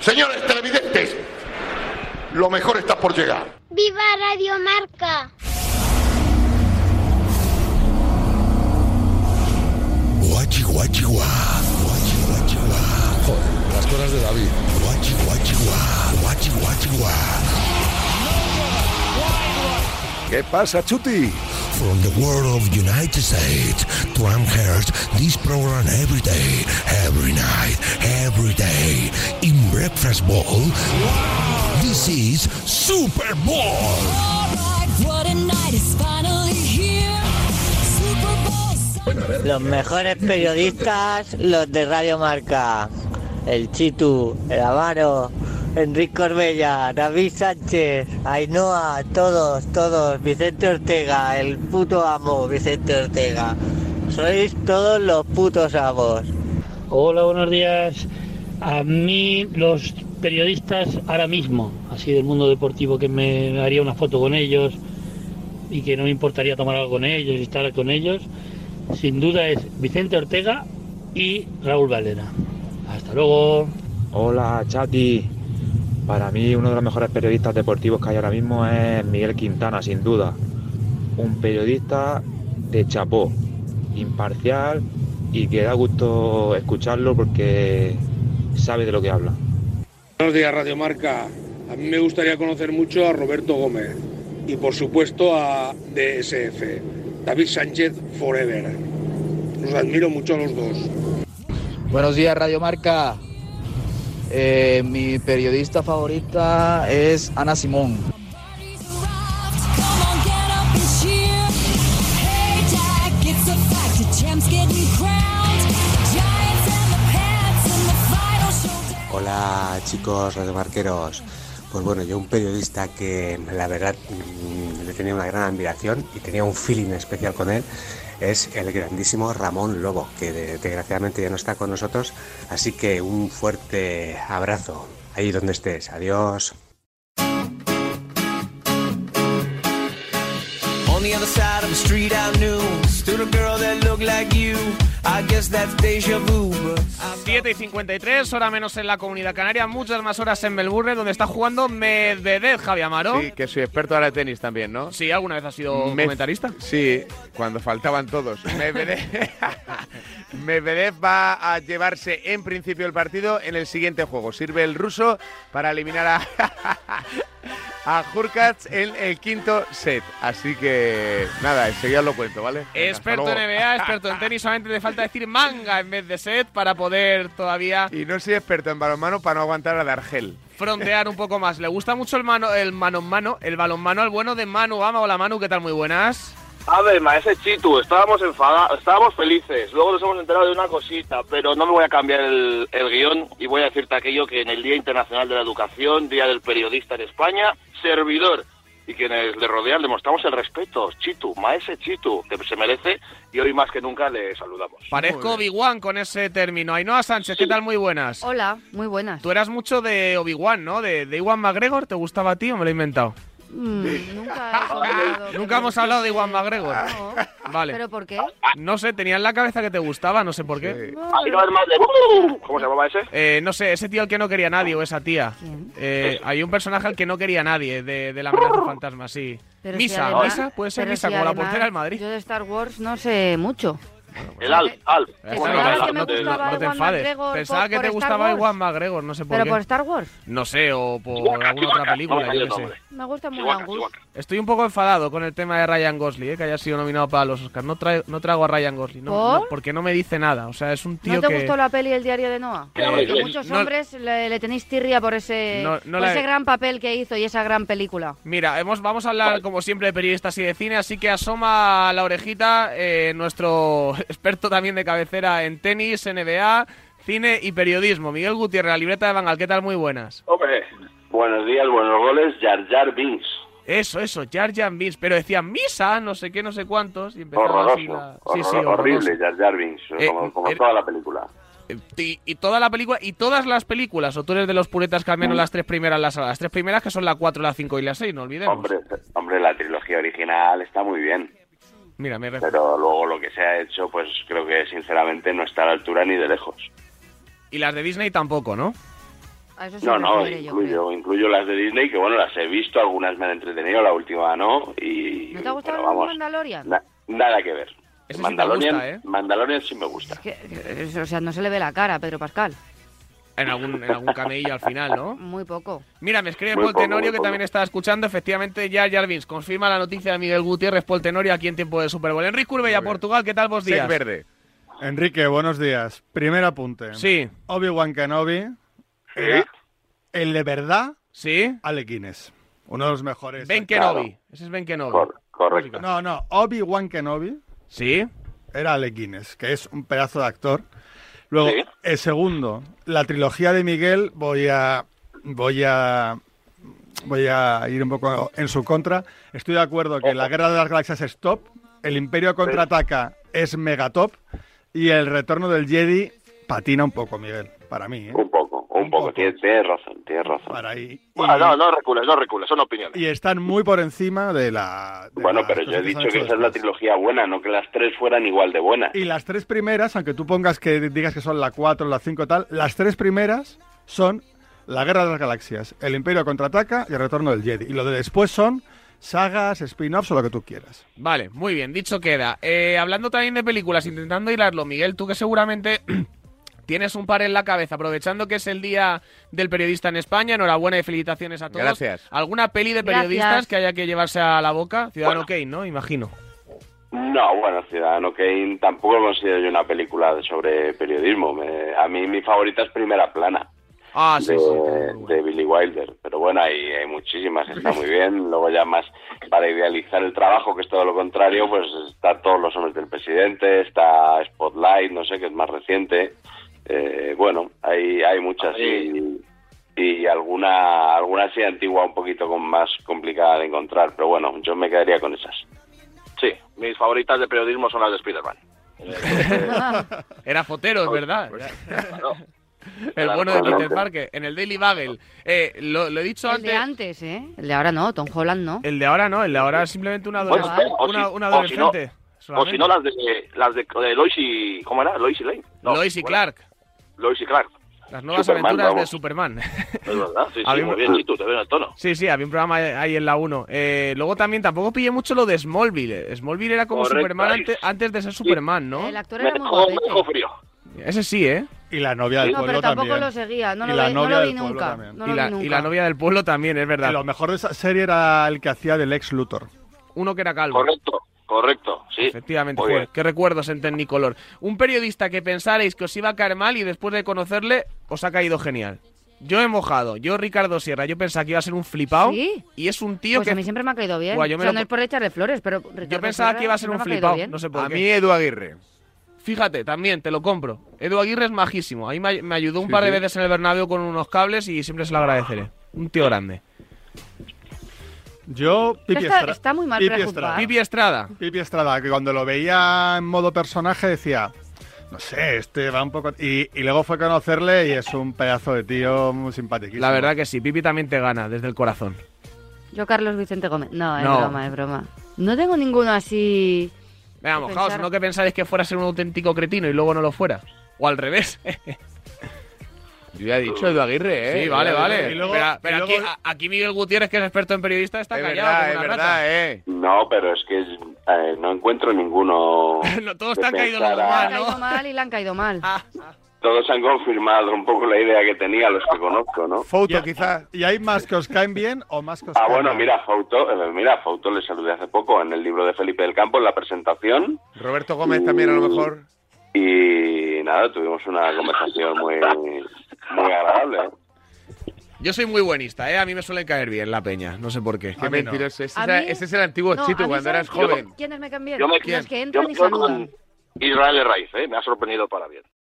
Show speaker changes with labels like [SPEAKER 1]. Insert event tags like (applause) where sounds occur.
[SPEAKER 1] Señores televidentes, lo mejor está por llegar.
[SPEAKER 2] ¡Viva Radio Marca!
[SPEAKER 3] Guachi, guachi, guá. Guachi, guachi, guá. Joder, las cosas de David. Guachi, guachi, guá. Guachi, guachi, guá.
[SPEAKER 4] ¿Qué pasa, Chuti?
[SPEAKER 3] From the world of United States to Amherst, this program every day, every night, every day. In Breakfast Ball, this is Super Bowl.
[SPEAKER 5] Alright, what a night is finally here. Super Bowl
[SPEAKER 6] Los mejores periodistas, los de Radio Marca. El Chitu, el Avaro, Enrique Corbella, David Sánchez, Ainhoa, todos, todos, Vicente Ortega, el puto amo, Vicente Ortega. Sois todos los putos amos.
[SPEAKER 7] Hola, buenos días. A mí los periodistas ahora mismo, así del mundo deportivo, que me haría una foto con ellos y que no me importaría tomar algo con ellos y estar con ellos, sin duda es Vicente Ortega y Raúl Valera. Hasta luego.
[SPEAKER 8] Hola, Chati. Para mí uno de los mejores periodistas deportivos que hay ahora mismo es Miguel Quintana, sin duda. Un periodista de chapó, imparcial y que da gusto escucharlo porque sabe de lo que habla.
[SPEAKER 9] Buenos días, Radio Marca. A mí me gustaría conocer mucho a Roberto Gómez y, por supuesto, a DSF, David Sánchez Forever. Los admiro mucho a los dos.
[SPEAKER 10] Buenos días, Radio Marca. Eh, mi periodista favorita es Ana Simón.
[SPEAKER 5] arrived. Come on, get up and cheer. Hey, Jack, it's a fact. The champ's getting crowned. Giants and the Pats in the final showdown.
[SPEAKER 11] Hola chicos radiomarqueros. Pues bueno, yo un periodista que la verdad mm, le tenía una gran admiración y tenía un feeling especial con él es el grandísimo Ramón Lobo, que de- desgraciadamente ya no está con nosotros. Así que un fuerte abrazo ahí donde estés. Adiós.
[SPEAKER 12] On the other side of the street I knew Stood a girl that looked like you I guess that's deja vu but I-
[SPEAKER 13] 7 y 53, hora menos en la comunidad canaria, muchas más horas en Melbourne, donde está jugando Medvedev, Javi Amaro.
[SPEAKER 14] Sí, que soy experto ahora de tenis también, ¿no?
[SPEAKER 13] Sí, alguna vez has sido
[SPEAKER 14] Me-
[SPEAKER 13] comentarista.
[SPEAKER 14] Sí, cuando faltaban todos. Medvedev, Medvedev va a llevarse en principio el partido en el siguiente juego. Sirve el ruso para eliminar a, (laughs) a Hurkacz en el quinto set. Así que nada, enseguida os lo cuento, ¿vale? Venga, hasta
[SPEAKER 13] Experto en
[SPEAKER 14] luego.
[SPEAKER 13] NBA, experto en tenis, solamente te falta decir manga en vez de set para poder todavía
[SPEAKER 14] Y no soy experto en balonmano para no aguantar a de Argel.
[SPEAKER 13] frontear un poco más. Le gusta mucho el mano, el mano mano, el balonmano al bueno de Manu Gama. Hola Manu, ¿qué tal? Muy buenas.
[SPEAKER 15] A ver, maese Chitu, estábamos enfadados, estábamos felices, luego nos hemos enterado de una cosita, pero no me voy a cambiar el, el guión y voy a decirte aquello que en el Día Internacional de la Educación, Día del Periodista en España, servidor y quienes le rodean le mostramos el respeto, Chitu, maese Chitu, que se merece y hoy más que nunca le saludamos.
[SPEAKER 13] Parezco Obi-Wan con ese término. Ainhoa Sánchez, ¿qué tal? Muy buenas.
[SPEAKER 16] Hola, muy buenas.
[SPEAKER 13] Tú eras mucho de Obi-Wan, ¿no? De, de Iwan McGregor, ¿te gustaba a ti o me lo he inventado?
[SPEAKER 16] Mm, nunca
[SPEAKER 13] (laughs)
[SPEAKER 16] he hablado.
[SPEAKER 13] Nunca hemos hablado de Iwan McGregor. Ah, Vale.
[SPEAKER 16] ¿Pero por qué?
[SPEAKER 13] No sé, tenía en la cabeza que te gustaba, no sé por qué.
[SPEAKER 15] Ahí no es más de... ¿Cómo se llamaba ese?
[SPEAKER 13] Eh, no sé, ese tío al que no quería nadie o esa tía. Eh, hay un personaje al que no quería nadie de, de la amenaza fantasma, sí.
[SPEAKER 16] Pero
[SPEAKER 13] misa,
[SPEAKER 16] si además-
[SPEAKER 13] misa, puede ser
[SPEAKER 16] pero
[SPEAKER 13] misa,
[SPEAKER 16] si
[SPEAKER 13] como la
[SPEAKER 16] además
[SPEAKER 13] portera del Madrid.
[SPEAKER 16] Yo de Star Wars no sé mucho.
[SPEAKER 15] El Alf, Alf.
[SPEAKER 16] Que
[SPEAKER 13] Bueno,
[SPEAKER 16] pensaba
[SPEAKER 13] Ah, no,
[SPEAKER 16] que me
[SPEAKER 13] no te-
[SPEAKER 16] gustaba
[SPEAKER 13] no te
[SPEAKER 16] Ewan
[SPEAKER 13] enfades.
[SPEAKER 16] McGregor
[SPEAKER 13] Pensaba
[SPEAKER 16] por-
[SPEAKER 13] que
[SPEAKER 16] por
[SPEAKER 13] te
[SPEAKER 16] Star
[SPEAKER 13] gustaba
[SPEAKER 16] Wars.
[SPEAKER 13] Iwan McGregor, no sé por
[SPEAKER 16] Pero
[SPEAKER 13] qué.
[SPEAKER 16] por Star Wars.
[SPEAKER 13] No sé, o por alguna otra película, yo qué sé.
[SPEAKER 16] Me gusta muy
[SPEAKER 13] Chewbacca,
[SPEAKER 16] Angus.
[SPEAKER 13] Estoy un poco enfadado con el tema de Ryan Gosling, eh, que haya sido nominado para los Oscars. No, trae- no trago a Ryan Gosling, no-
[SPEAKER 16] ¿Por?
[SPEAKER 13] no, porque no me dice nada. O sea, es un tío
[SPEAKER 16] ¿No te
[SPEAKER 13] que...
[SPEAKER 16] gustó la peli El diario de Noah?
[SPEAKER 13] Eh,
[SPEAKER 16] Porque muchos
[SPEAKER 13] no-
[SPEAKER 16] hombres le, le tenéis tirria por ese,
[SPEAKER 13] No- no
[SPEAKER 16] por
[SPEAKER 13] la-
[SPEAKER 16] ese gran papel que hizo y esa gran película.
[SPEAKER 13] Mira, hemos, vamos a hablar como siempre de periodistas y de cine, así que asoma la orejita eh, nuestro (laughs) experto también de cabecera en tenis, NBA, cine y periodismo, Miguel Gutiérrez, la libreta de Bangal. ¿Qué tal? Muy buenas.
[SPEAKER 17] Buenos días, buenos goles, Jar Jar Binks.
[SPEAKER 13] Eso, eso, Jar Jar Binks, pero decían misa, no sé qué, no sé cuántos, y empezaba así la-
[SPEAKER 17] Horroroso.
[SPEAKER 13] Sí, sí,
[SPEAKER 17] horror- horrible,
[SPEAKER 13] horroroso.
[SPEAKER 17] Jar Jar Binks,
[SPEAKER 13] Eh,
[SPEAKER 17] como, como
[SPEAKER 13] eh,
[SPEAKER 17] toda la película.
[SPEAKER 13] Y, y toda la película, y todas las películas, o tú eres de los puretas que al menos las tres primeras las las tres primeras que son la 4, la 5 y la 6, no olvidemos.
[SPEAKER 17] Hombre, hombre, la trilogía original está muy bien,
[SPEAKER 13] Mira, me refiero.
[SPEAKER 17] pero luego lo que se ha hecho, pues creo que sinceramente no está a la altura ni de lejos.
[SPEAKER 13] Y las de Disney tampoco, ¿no?
[SPEAKER 16] A eso sí
[SPEAKER 17] No,
[SPEAKER 16] me
[SPEAKER 17] no,
[SPEAKER 16] referiré yo, creo.
[SPEAKER 17] incluyo, incluyo las de Disney, que bueno, las he visto, algunas me han entretenido, la última no, y
[SPEAKER 16] ¿No te ha gustado
[SPEAKER 17] bueno, vamos,
[SPEAKER 16] Mandalorian?
[SPEAKER 17] na- nada que ver.
[SPEAKER 16] Ese sí te
[SPEAKER 17] Mandalorian,
[SPEAKER 16] gusta, ¿eh?
[SPEAKER 17] Mandalorian sí me gusta.
[SPEAKER 16] Que- que- O sea, no se le ve la cara a Pedro Pascal.
[SPEAKER 13] En algún, en algún camello al final, ¿no?
[SPEAKER 16] Muy poco.
[SPEAKER 13] Mira, me escribe
[SPEAKER 17] Muy
[SPEAKER 13] Paul
[SPEAKER 17] poco,
[SPEAKER 13] Tenorio,
[SPEAKER 17] muy
[SPEAKER 13] que
[SPEAKER 17] poco.
[SPEAKER 13] también está escuchando. Efectivamente, ya Jarvis confirma la noticia de Miguel Gutiérrez, Paul Tenorio, aquí en tiempo de Super Bowl. Enrique Urbella, Portugal, ¿qué tal vos
[SPEAKER 18] Sec
[SPEAKER 13] días?
[SPEAKER 18] verde. Enrique, buenos días. Primer apunte.
[SPEAKER 13] Sí.
[SPEAKER 18] Obi-Wan Kenobi era el de verdad
[SPEAKER 13] ¿Sí?
[SPEAKER 18] Ale Guinness. Uno de los mejores.
[SPEAKER 13] Ben Kenobi. Ese es Ben Kenobi.
[SPEAKER 17] correcto.
[SPEAKER 18] No, no. Obi-Wan Kenobi.
[SPEAKER 13] Sí.
[SPEAKER 18] Era Ale Guinness, que es un pedazo de actor. Luego,
[SPEAKER 17] Sí.
[SPEAKER 18] el segundo, la trilogía de Miguel, voy a. Voy a. Voy a ir un poco en su contra. Estoy de acuerdo que la guerra de las galaxias es top, el imperio contraataca es mega top y el retorno del Jedi patina un poco, Miguel, para mí. ¿eh?
[SPEAKER 17] Un poco, un, poco, Tienes, tienes razón, tienes razón.
[SPEAKER 15] Ah, no, no recules, no recules, son opiniones.
[SPEAKER 18] Y están muy por encima de la. de
[SPEAKER 13] Ah,
[SPEAKER 17] Bueno,
[SPEAKER 18] las
[SPEAKER 17] pero yo he
[SPEAKER 18] cosas
[SPEAKER 17] dicho
[SPEAKER 18] han
[SPEAKER 17] que
[SPEAKER 18] hecho
[SPEAKER 17] esa es la trilogía buena, no que las tres fueran igual de buenas.
[SPEAKER 18] Y las tres primeras, aunque tú pongas que digas que son la 4, la 5 tal, las tres primeras son la Guerra de las Galaxias, el Imperio contraataca y el retorno del Jedi. Y lo de después son sagas, spin-offs o lo que tú quieras.
[SPEAKER 13] Vale, muy bien, dicho queda. Eh, hablando también de películas, intentando hilarlo, Miguel, tú que seguramente tienes un par en la cabeza, aprovechando que es el día del periodista en España, enhorabuena y felicitaciones a todos.
[SPEAKER 14] Gracias.
[SPEAKER 13] ¿Alguna peli de periodistas
[SPEAKER 16] Gracias.
[SPEAKER 13] que haya que llevarse a la boca? Ciudadano Kane, ¿no? Imagino.
[SPEAKER 17] No, bueno, Ciudadano Kane tampoco considero yo una película de- sobre periodismo. Me- a mí mi favorita es Primera Plana.
[SPEAKER 13] Ah,
[SPEAKER 17] de, de Billy Wilder. Pero bueno, hay, hay muchísimas, está muy bien. Luego ya más para idealizar el trabajo, que es todo lo contrario, pues está Todos los hombres del presidente, está Spotlight, no sé, que es más reciente. Eh, bueno, hay, hay muchas y, y alguna, alguna así antigua un poquito con más complicada de encontrar. Pero bueno, yo me quedaría con esas.
[SPEAKER 15] Sí, mis favoritas de periodismo son las de Spider-Man.
[SPEAKER 13] Era Foteros, ¿verdad? El (laughs)
[SPEAKER 15] Claro,
[SPEAKER 13] bueno de Peter
[SPEAKER 15] obviamente.
[SPEAKER 13] Parker, en el Daily Bugle. Eh, lo, lo he dicho
[SPEAKER 16] El de
[SPEAKER 13] antes.
[SPEAKER 16] antes, ¿eh? El de ahora no, Tom Holland no.
[SPEAKER 13] El de ahora no, el de ahora es simplemente una,
[SPEAKER 16] Bueno,
[SPEAKER 13] adolesc-
[SPEAKER 16] o si-
[SPEAKER 13] una, una
[SPEAKER 15] o si no-
[SPEAKER 13] adolescente.
[SPEAKER 15] O
[SPEAKER 17] pues
[SPEAKER 15] si no, las de, las de, de Lois y... ¿Cómo era? Lois y Lane. No,
[SPEAKER 13] Lois y
[SPEAKER 15] ¿cómo era?
[SPEAKER 13] Clark,
[SPEAKER 15] Lois y Clark.
[SPEAKER 13] las nuevas
[SPEAKER 15] Superman,
[SPEAKER 13] aventuras de
[SPEAKER 15] vamos.
[SPEAKER 13] Superman.
[SPEAKER 15] Es verdad,
[SPEAKER 13] (laughs)
[SPEAKER 15] sí, sí,
[SPEAKER 13] Había-
[SPEAKER 15] muy bien, sí, tú te ves en el tono.
[SPEAKER 13] Sí, sí, había un programa ahí en la 1. Eh, luego también tampoco pillé mucho lo de Smallville. Eh, Smallville era como
[SPEAKER 15] Correcto,
[SPEAKER 13] Superman
[SPEAKER 15] ahí.
[SPEAKER 13] antes, antes de ser Superman, ¿no?
[SPEAKER 16] El actor era muy guapete.
[SPEAKER 15] frío.
[SPEAKER 13] Ese sí, ¿eh?
[SPEAKER 18] Y la novia del
[SPEAKER 16] No,
[SPEAKER 18] pueblo
[SPEAKER 16] pero tampoco
[SPEAKER 18] también.
[SPEAKER 16] lo seguía. No
[SPEAKER 18] Y
[SPEAKER 16] lo,
[SPEAKER 18] la
[SPEAKER 16] ve- no
[SPEAKER 18] novia
[SPEAKER 16] lo
[SPEAKER 18] del
[SPEAKER 16] vi
[SPEAKER 18] pueblo
[SPEAKER 16] nunca.
[SPEAKER 18] también.
[SPEAKER 16] No
[SPEAKER 13] y,
[SPEAKER 16] lo
[SPEAKER 13] la,
[SPEAKER 16] vi
[SPEAKER 13] y
[SPEAKER 16] nunca.
[SPEAKER 13] la novia del pueblo también, es
[SPEAKER 18] Y
[SPEAKER 13] verdad.
[SPEAKER 18] lo mejor de esa serie era el que hacía del ex Luthor.
[SPEAKER 13] Uno que era calvo.
[SPEAKER 15] Correcto, correcto, sí.
[SPEAKER 13] Efectivamente,
[SPEAKER 15] Muy
[SPEAKER 13] joder,
[SPEAKER 15] bien.
[SPEAKER 13] qué recuerdos en Tecnicolor. Un periodista que pensarais que os iba a caer mal y después de conocerle os ha caído genial. Yo he mojado, yo Ricardo Sierra, yo pensaba que iba a ser un flipao
[SPEAKER 16] ¿Sí?
[SPEAKER 13] y es un tío
[SPEAKER 16] Pues
[SPEAKER 13] que
[SPEAKER 16] a mí siempre me ha caído bien.
[SPEAKER 13] Guau, yo me
[SPEAKER 16] o sea,
[SPEAKER 13] lo-
[SPEAKER 16] no es por echarle flores, pero...
[SPEAKER 13] yo pensaba que iba a ser un flipao, no
[SPEAKER 18] Ah,
[SPEAKER 13] sé por
[SPEAKER 14] A
[SPEAKER 13] qué.
[SPEAKER 14] mí, Edu Aguirre.
[SPEAKER 13] Fíjate, también te lo compro. Edu Aguirre es majísimo. Ahí me, me ayudó un
[SPEAKER 14] Sí,
[SPEAKER 13] par de
[SPEAKER 14] sí.
[SPEAKER 13] veces en el Bernabéu con unos cables y siempre se lo agradeceré. Un tío grande.
[SPEAKER 18] Yo, Pipi
[SPEAKER 16] Está-
[SPEAKER 18] Estrada.
[SPEAKER 16] está muy mal
[SPEAKER 18] Pipi
[SPEAKER 16] prejuzgar.
[SPEAKER 18] Estrada.
[SPEAKER 13] Pipi Estrada.
[SPEAKER 18] Pipi Estrada, que cuando lo veía en modo personaje decía, no sé, este va un poco... Y, y luego fue a conocerle y es un pedazo de tío muy simpático.
[SPEAKER 13] La verdad que sí, Pipi también te gana desde el corazón.
[SPEAKER 16] Yo Carlos Vicente Gómez. No, es
[SPEAKER 13] No.
[SPEAKER 16] broma, es broma. No tengo ninguno así...
[SPEAKER 13] Venga,
[SPEAKER 16] Y
[SPEAKER 13] mojaos,
[SPEAKER 16] pensar- "Ah,
[SPEAKER 13] no que pensáis que fuera a ser un auténtico cretino y luego no lo fuera. O al revés.
[SPEAKER 14] Yo ya he dicho Edu Aguirre, ¿eh?
[SPEAKER 13] Sí, vale,
[SPEAKER 14] Edu
[SPEAKER 13] vale.
[SPEAKER 14] Aguirre.
[SPEAKER 13] pero pero aquí, a- aquí Miguel Gutiérrez, que es experto en periodista, está
[SPEAKER 14] Es
[SPEAKER 13] callado.
[SPEAKER 14] verdad,
[SPEAKER 13] como
[SPEAKER 14] es
[SPEAKER 13] una
[SPEAKER 14] verdad,
[SPEAKER 13] rata.
[SPEAKER 14] ¿eh?
[SPEAKER 17] No, pero es que eh, no encuentro ninguno.
[SPEAKER 13] (laughs) No, todos
[SPEAKER 17] que
[SPEAKER 13] te han caído los
[SPEAKER 17] pensara-
[SPEAKER 16] Le han caído mal y le han caído
[SPEAKER 13] (laughs)
[SPEAKER 16] mal.
[SPEAKER 17] Todos han confirmado un poco la idea que tenía, los que conozco, ¿no?
[SPEAKER 18] Fouto, quizá. ¿Y hay más que os caen bien o más que os
[SPEAKER 17] Ah,
[SPEAKER 18] caen
[SPEAKER 17] bueno,
[SPEAKER 18] mal?
[SPEAKER 17] mira, Fauto, eh, mira, Fauto le saludé hace poco en el libro de Felipe del Campo, en la presentación, Uh,
[SPEAKER 14] Roberto Gómez también, a lo mejor.
[SPEAKER 17] y nada, tuvimos una conversación muy, muy agradable. ¿eh?
[SPEAKER 13] Yo soy muy buenista, ¿eh? A mí me suelen caer bien la peña, no sé por qué.
[SPEAKER 14] Qué mentiroso. Ese,
[SPEAKER 16] A
[SPEAKER 14] era-
[SPEAKER 16] mí-
[SPEAKER 14] ese es el antiguo
[SPEAKER 16] No,
[SPEAKER 14] Chito,
[SPEAKER 16] a mí,
[SPEAKER 14] cuando eras
[SPEAKER 16] ¿sabes
[SPEAKER 14] joven.
[SPEAKER 16] ¿Quiénes me cambian?
[SPEAKER 15] Yo me-
[SPEAKER 16] Los que
[SPEAKER 15] yo
[SPEAKER 16] entran
[SPEAKER 15] me
[SPEAKER 16] y
[SPEAKER 15] quedo con
[SPEAKER 16] saludan.
[SPEAKER 15] Israel de Raíz, ¿eh? Me ha sorprendido para bien.